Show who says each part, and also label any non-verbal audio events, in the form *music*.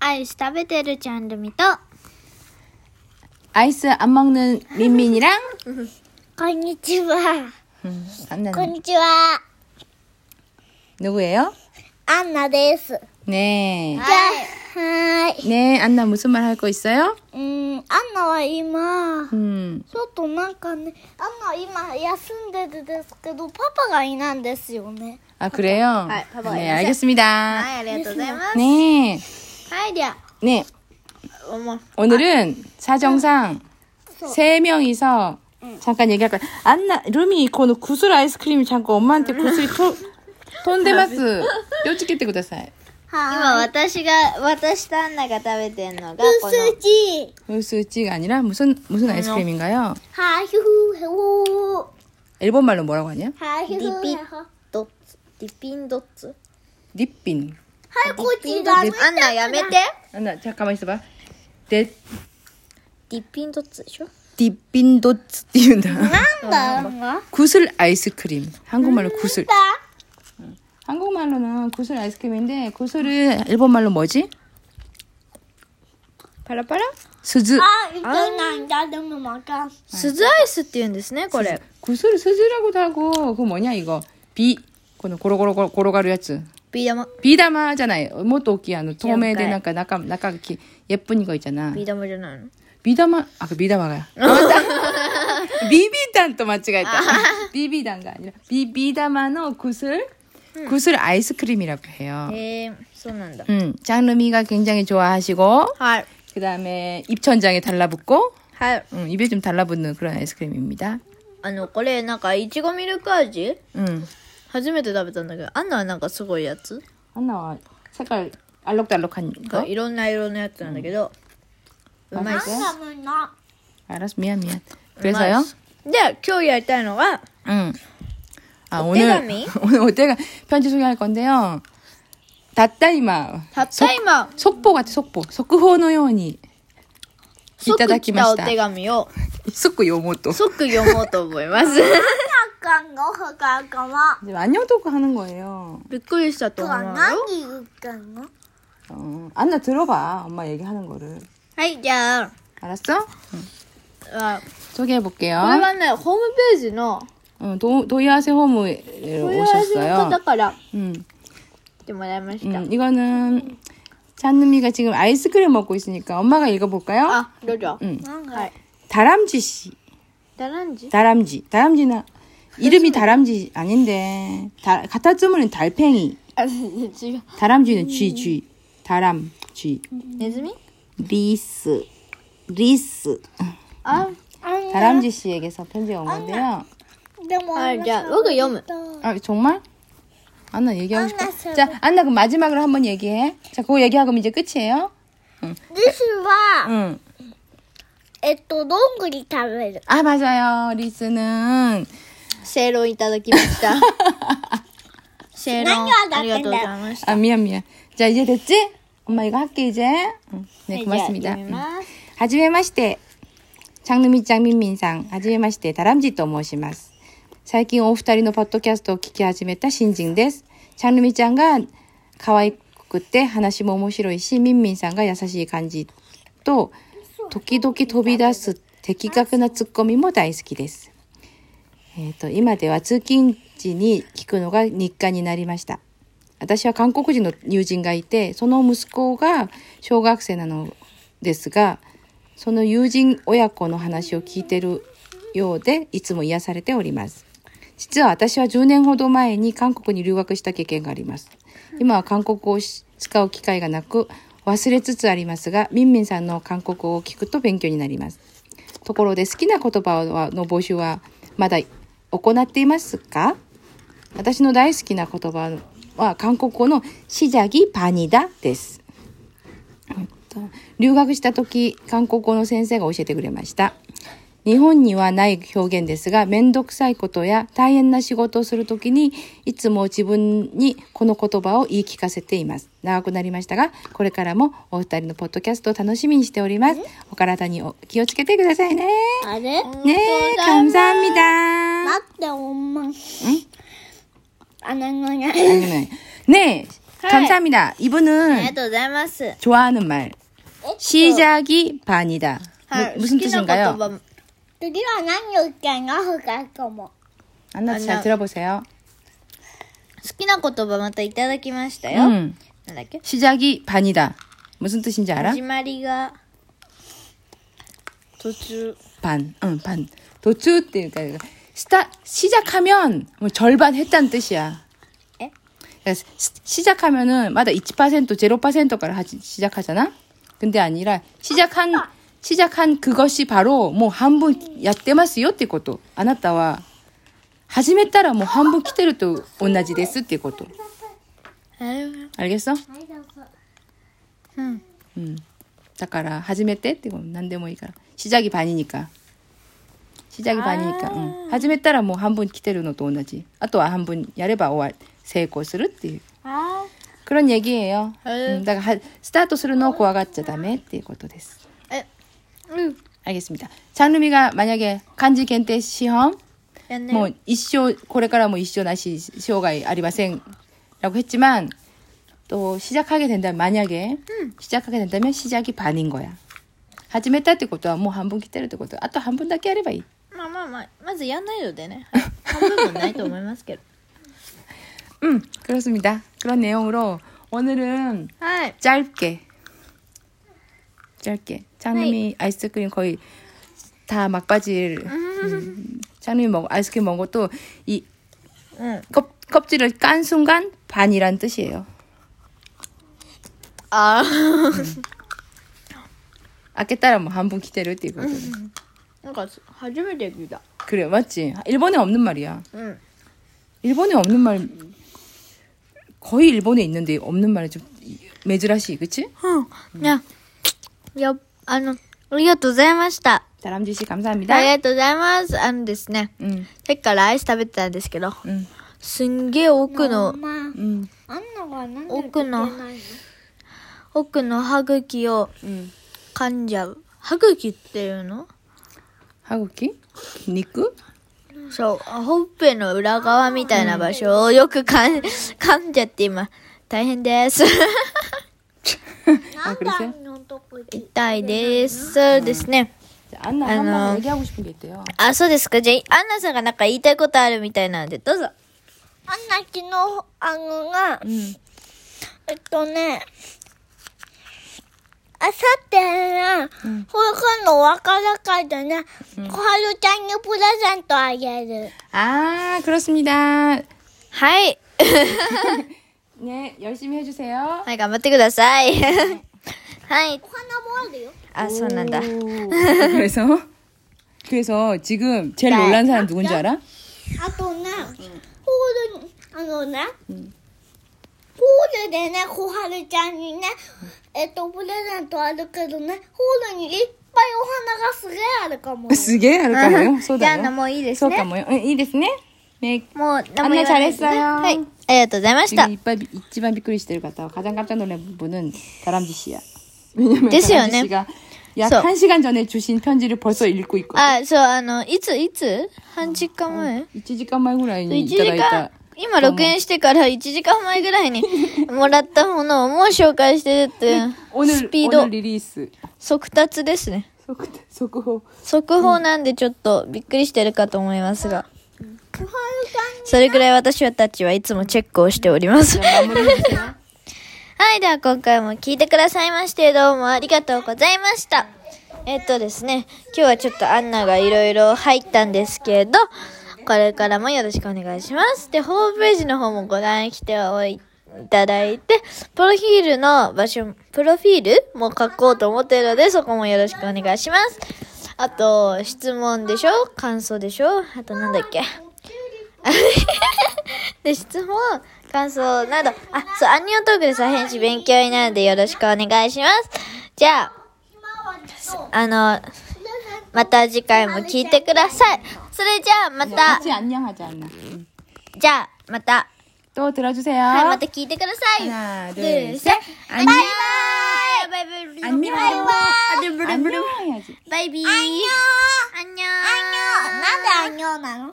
Speaker 1: アイス食べてるちゃんるみと、
Speaker 2: 아이스 안 먹는 민민이랑
Speaker 1: こんにちは。
Speaker 2: 음, 안 나는
Speaker 1: こんにちは。
Speaker 2: 누구예요?
Speaker 1: アンナです。
Speaker 2: 네.
Speaker 1: はい。はい。
Speaker 2: 네 안나 무슨 말 할 거 있어요?
Speaker 1: うーん、アンナは今、
Speaker 2: 음.
Speaker 1: ちょっとなんかね、アンナは今休んでてですけど、パパがいないんですよね。
Speaker 2: 아 그래요?
Speaker 3: 아, 봐봐,
Speaker 2: 네
Speaker 3: 이제.
Speaker 2: 알겠습니다.
Speaker 3: はい、ありがとうございます。
Speaker 2: 네.
Speaker 1: はい、りゃ。
Speaker 2: 네
Speaker 3: もう
Speaker 2: 오늘은 사정상 세 명이서 잠깐 얘기할 거예요. 안나 루미 이코노 구슬 아이스크림 잠깐 엄마한테 구슬이 토 돈데마스 요치게 때ください.
Speaker 1: は
Speaker 3: 今私が、私とアンナが食べてんのが、この、
Speaker 1: い。
Speaker 2: 요스찌가 아니라 무슨 무슨 아이스크림인가요?
Speaker 1: はひふへほー。
Speaker 2: 일본 말로 뭐라고 하냐?
Speaker 1: はい、ひ
Speaker 3: リ
Speaker 1: ふ
Speaker 3: ピ
Speaker 1: へ
Speaker 3: ッ
Speaker 1: ほー。
Speaker 3: ドッツ。リピンドッツ。
Speaker 2: 립빈.
Speaker 1: はい、こっ
Speaker 3: リピ
Speaker 1: ち
Speaker 3: ンド
Speaker 1: だ
Speaker 3: ッ。ツ。アンナやめて。
Speaker 2: 안나 잠깐만 있어봐. 데
Speaker 3: リピンドッツでしょ
Speaker 2: 디빈도츠 띄운다.
Speaker 1: なんだ
Speaker 2: 구슬 아이스크림. 한국말로 구슬.
Speaker 1: だ
Speaker 2: 한국말로는 구슬 아이스크림인데 구슬은 일본말로 뭐지?
Speaker 3: パラパラ
Speaker 2: 스즈.
Speaker 1: あ、いけないんだ。でもわかん。
Speaker 3: 鈴アイスって言うんですね、これ。
Speaker 2: 구슬을 스즈라고도 하고 그 뭐냐 이거 비. 그는 고로고로 고로가루야츠.
Speaker 3: ビー玉。
Speaker 2: 비다마잖아요. 뭐또 웃기야. 도메데
Speaker 3: 귀엽다.
Speaker 2: 나까 나까 나까 이렇게 예쁜 이거 있잖아.
Speaker 3: ビー玉じゃないの
Speaker 2: 미담아 아그 미담아가 *laughs* 맞다. 비비단 또 맞지가 있다 비비단가 아니라 비비다마노 구슬 구슬 아이스크림이라고 해요
Speaker 3: へえ、そうなんだ。
Speaker 2: 음 장르미가 굉장히 좋아하시고
Speaker 3: はい。
Speaker 2: 그 다음에 입천장에 달라붙고
Speaker 3: はい。
Speaker 2: 음, 입에 좀 달라붙는 그런 아이스크림입니다
Speaker 3: あの、これ、なんか、いちごミルク味
Speaker 2: 음
Speaker 3: 初めて食べたんだけど、アンナはなんかすごいやつ
Speaker 2: 하나 색깔 알록달록한
Speaker 3: なん
Speaker 2: 거
Speaker 3: かいろんな色のやつなんだけど、うまいっす。
Speaker 2: 맛있어?
Speaker 1: 多分な。
Speaker 2: 알았어 미안 미안
Speaker 3: うまいっ
Speaker 2: 그래서요
Speaker 3: すで、今日やりたいのが、
Speaker 2: 응. 아,
Speaker 3: 오떼가미?
Speaker 2: *laughs* 오늘, 오늘 오떼가 편지 소개할 건데요. 다따이마.
Speaker 3: たった今、
Speaker 2: 속보 같아, 속보. 그 속보노요니.
Speaker 3: 即来たお手紙を、
Speaker 2: 속보 요모또.
Speaker 3: 即読もうと思います。
Speaker 1: かんごはかんかは。
Speaker 2: 이제 안녕토크 하는 거예요.
Speaker 3: びっくりしたと思うよ。
Speaker 1: うかの
Speaker 2: 어, 안나 들어봐. 엄마 얘기하는 거를.
Speaker 3: はい、じゃあ、
Speaker 2: 알았어?
Speaker 3: あ
Speaker 2: 소개해
Speaker 3: こ
Speaker 2: 볼게요.
Speaker 3: れはね、ホームページの、
Speaker 2: 어, 도, 도이아세 호무에
Speaker 3: こういう味の
Speaker 2: 오셨어요.
Speaker 3: 方から、
Speaker 2: 음,
Speaker 3: ってもらいました。
Speaker 2: 음, 이거는 찬누미가 지금 아이스크림 먹고 있으니까 엄마가 읽어볼까요?
Speaker 3: あ、どうぞ。
Speaker 2: 음,
Speaker 1: なんか、
Speaker 3: はい。
Speaker 2: 다람쥐 씨.
Speaker 3: ダランジ
Speaker 2: 다람쥐. 다람쥐는 이름이 다람쥐 아닌데 다, 같아 쓰면 달팽이.
Speaker 3: あ、違う。
Speaker 2: 다람쥐는 쥐, 쥐. 다람, 쥐.
Speaker 3: ネズミ
Speaker 2: 리스. 리스.
Speaker 3: あ、
Speaker 2: 다람쥐 씨에게서 편지가 온 건데요.
Speaker 1: でも、
Speaker 3: はい、じゃあ、僕読む。
Speaker 2: 아, 정말? 안나 얘기하고
Speaker 1: 안나
Speaker 2: 싶어.
Speaker 1: 써요.
Speaker 2: 자, 안나 그럼 마지막으로 한번 얘기해. 자, 그거 얘기하고 그럼 이제 끝이에요.
Speaker 1: リスは、
Speaker 2: 응.
Speaker 1: えっと、どんぐり食べる。
Speaker 2: 아, 맞아요. 리스는
Speaker 3: 正論いただきま *laughs* した。正論
Speaker 1: 何を、上
Speaker 3: あり
Speaker 1: がって
Speaker 3: が
Speaker 1: ん
Speaker 3: とう
Speaker 1: だ
Speaker 3: ご
Speaker 1: よ
Speaker 3: ざいました。
Speaker 2: 아, 미안 미안. 자, 이제 됐지? 엄마 이거 할게 이제. 응. 네, 고맙습니다.
Speaker 3: じゃあ読みます。
Speaker 2: はじめまして。장르미짱민민さん、はじめまして、ダランジと申します。最近お二人のポッドキャストを聞き始めた新人です。チャンルミちゃんが可愛くて話も面白いし、ミンミンさんが優しい感じと、時々飛び出す的確なツッコミも大好きです。えっ、と、今では通勤時に聞くのが日課になりました。私は韓国人の友人がいて、その息子が小学生なのですが、その友人親子の話を聞いてるようで、いつも癒されております。実は私は10年ほど前に韓国に留学した経験があります。今は韓国語をし使う機会がなく、忘れつつありますが、ミンミンさんの韓国語を聞くと勉強になります。ところで好きな言葉はの募集はまだ行っていますか私の大好きな言葉は韓国語のシジャギパニダです。留学した時韓国語の先生が教えてくれました日本にはない表現ですが面倒くさいことや大変な仕事をする時にいつも自分にこの言葉を言い聞かせています長くなりましたがこれからもお二人のポッドキャストを楽しみにしておりますお体にお気をつけてくださいね
Speaker 1: あれ
Speaker 2: ねえ감사합니다
Speaker 1: 네. 待って、おんま。んあの、なに
Speaker 3: 네.
Speaker 2: ねえ 네. 감사합니다.
Speaker 3: あり
Speaker 2: 이분은
Speaker 3: がとうございます。
Speaker 2: 좋아하는 말.
Speaker 3: 어?
Speaker 2: 시작이 반이다. 뭐-
Speaker 3: はい。
Speaker 2: 무슨
Speaker 3: 好きな
Speaker 2: 뜻인가요?
Speaker 3: 言葉
Speaker 1: 드디어 난요 있잖아 허가고모.
Speaker 2: 안나 잘
Speaker 3: 안녕.
Speaker 2: 들어보세요.
Speaker 3: 好きな言葉またいただきましたよ。
Speaker 2: 음,
Speaker 3: なんだっけ
Speaker 2: 시작이 반이다. 무슨 뜻인지 알아?
Speaker 3: 始まりが途中
Speaker 2: 반, 응, 반. 도츠 때 그러니까 스타 시작하면 뭐 절반 했다는 뜻이야.
Speaker 3: 에?
Speaker 2: 그러니까 시- 시작하면은 마다 1% 0%から하지- 시작하잖아. 근데 아니라 시작한 시작한 그것이 바로 뭐 한분 야때마스요 ってこと.あなたは始めたらもう半分来てると同じですってこと.
Speaker 3: あれは
Speaker 2: 알겠어?
Speaker 3: うん
Speaker 2: 음. だから始めてってこと何でもいいから 시작이 반이니까. 시작이 반이니까. 응. 始めたら 뭐 한 분 아, 来てるのと同じ.あとは한분 やれば終わ成功するっていう.
Speaker 3: あ
Speaker 2: 그런 얘기예요.
Speaker 3: 네.
Speaker 2: 음, 그러니까 하- 스타트 するのを怖がっちゃ 다메 っていうことです.
Speaker 3: え
Speaker 2: 알겠습니다. 장루미가 만약에 간지 겐테 시험
Speaker 3: やんね
Speaker 2: 뭐一生これから 뭐一生 나시 生涯 ありません라고 했지만 또 시작하게 된다면 만약에 시작하게 된다면 시작이 반인 거야. 뭐 아, 始めたってことはもう半分来てるってことあと半分だけやればいい
Speaker 3: まあまあまあまずやんないので *laughs* ねはい半分もないと思いますけど
Speaker 2: 음, 그렇습니다. 그런 내용으로 오늘은
Speaker 3: はい
Speaker 2: 짧게 짧게 장님이 아이스크림 거의 다 막바지를 음, 장님이 먹 아이스크림 먹은 것도 이
Speaker 3: うん
Speaker 2: 껍, 껍질을 깐 순간 반이란 뜻이에요.
Speaker 3: あー
Speaker 2: 아깼다라 뭐 한분 기대를 띄거든
Speaker 3: なんか初めて聞いた
Speaker 2: 그래 맞지? 일본에 없는 말이야.
Speaker 3: うん
Speaker 2: 일본에 없는 말 거의 일본에 있는데 없는 말이 좀 매즈라시 그치?
Speaker 3: うんいやいやあのありがとうございましたあ
Speaker 2: 다람쥐 씨
Speaker 3: り
Speaker 2: 감사합니다.
Speaker 3: がとうございますあのですね
Speaker 2: 네. 응,
Speaker 3: さっきからアイス食べてたんですけど
Speaker 2: 응,
Speaker 3: すんげえ奥の
Speaker 1: 엄마,
Speaker 2: 응,
Speaker 1: 안나가 난데
Speaker 3: 奥の
Speaker 1: ない
Speaker 3: 奥の歯茎を
Speaker 2: 응.
Speaker 3: 噛んじゃう歯茎っていうの
Speaker 2: 하고기? 니꾸?
Speaker 3: そう、ほっぺの裏側みたいな場所をよくかん、噛んじゃって今、大変 *laughs* です。
Speaker 2: 아
Speaker 1: の
Speaker 2: 그러세요?
Speaker 1: なんとこで
Speaker 3: 痛いです。そうですね。
Speaker 2: 자, 안나
Speaker 3: 아,
Speaker 2: 한번
Speaker 3: 나-
Speaker 2: 얘기하고 싶은 게 있대요.
Speaker 3: あ、そうですか。じゃあ、アンナさんがなんか言いたいことあるみたいなので、どうぞ。
Speaker 1: アンナ昨日あのが、えっとねあさってね、保育園のお別れ会でね、小春ちゃんにプレゼントあげる。
Speaker 2: 아 그렇습니다.
Speaker 3: はい。
Speaker 2: 네 열심히 해주세요.
Speaker 3: *laughs* はい、頑張ってください。
Speaker 1: お。
Speaker 3: はい
Speaker 1: 花もあるよ。
Speaker 3: *laughs* あ、そうなんだ。
Speaker 2: 오, *laughs* 그래서 그래서 지금 제일
Speaker 3: 네.
Speaker 2: 놀란 사람 누군지 알아? *laughs*
Speaker 1: あとね、ホール、あのね、
Speaker 2: ん
Speaker 1: ホールでね、小春ちゃんにね、えっと、プレゼントあるけどね、ホールにいっぱいお花がすげえあるかも。
Speaker 2: 쓰게 할 거예요.
Speaker 3: じゃあ、なもういいです
Speaker 2: 소다
Speaker 3: ね。
Speaker 2: 뭐요? 응, 이ですね. 네.
Speaker 3: もう、なも言わないですね
Speaker 2: あんな
Speaker 3: は
Speaker 2: 잘했어요
Speaker 3: い。ありがとうございました
Speaker 2: 지금 。 이빨 이지만 비꾸리 시대를 갔다가 가장 깜짝 놀란 분은 다람쥐 씨야. 왜냐면
Speaker 3: 됐어요,
Speaker 2: 다람쥐
Speaker 3: 네.
Speaker 2: 씨가 약
Speaker 3: So. 아,
Speaker 2: 1시간 전에 주신 편지를 벌써 읽고 있고.
Speaker 3: あ、そう、あの、いつ、いつ半時間前
Speaker 2: 1시간 만 후라이
Speaker 3: 1時間
Speaker 2: 이따다 、
Speaker 3: 今録音してから1時間前ぐらいにもらったものをもう紹介してるって、
Speaker 2: 오늘
Speaker 3: スピード
Speaker 2: 오늘 리리스.
Speaker 3: 速達ですね。
Speaker 2: 소고 그, 소고.
Speaker 3: 速報なんでちょっとびっくりしてるかと思いますが、
Speaker 1: 小春ちゃん
Speaker 3: それぐらい私たちはいつもチェックをしております。 *laughs* はい、では今回も聞いてくださいまして、どうもありがとうございました。えっとですね、今日はちょっとアンナがいろいろ入ったんですけど、これからもよろしくお願いします。で、ホームページの方もご覧しておいただいて、プロフィールの場所、プロフィールも書こうと思ってるので、そこもよろしくお願いします。あと、質問でしょ感想でしょあとなんだっけで、質問、感想など、あ、そう、アニオントークでさ、編集勉強になるのでよろしくお願いします。じゃあ、あの、また次回も聞いてください。それじゃあ、また、
Speaker 2: 같이 안녕하자 않나.
Speaker 3: じゃあ、また、
Speaker 2: 또 들어주세요.
Speaker 3: はい、また聞いてください。
Speaker 2: 하나,
Speaker 3: ルー
Speaker 2: 둘,
Speaker 3: セ
Speaker 2: 셋.
Speaker 3: バイバイバイバイバイ
Speaker 2: 안녕.
Speaker 3: バイバイ
Speaker 2: 안녕 해야지.
Speaker 3: バイビーアンニョ
Speaker 1: な
Speaker 3: ン
Speaker 1: んであんようなの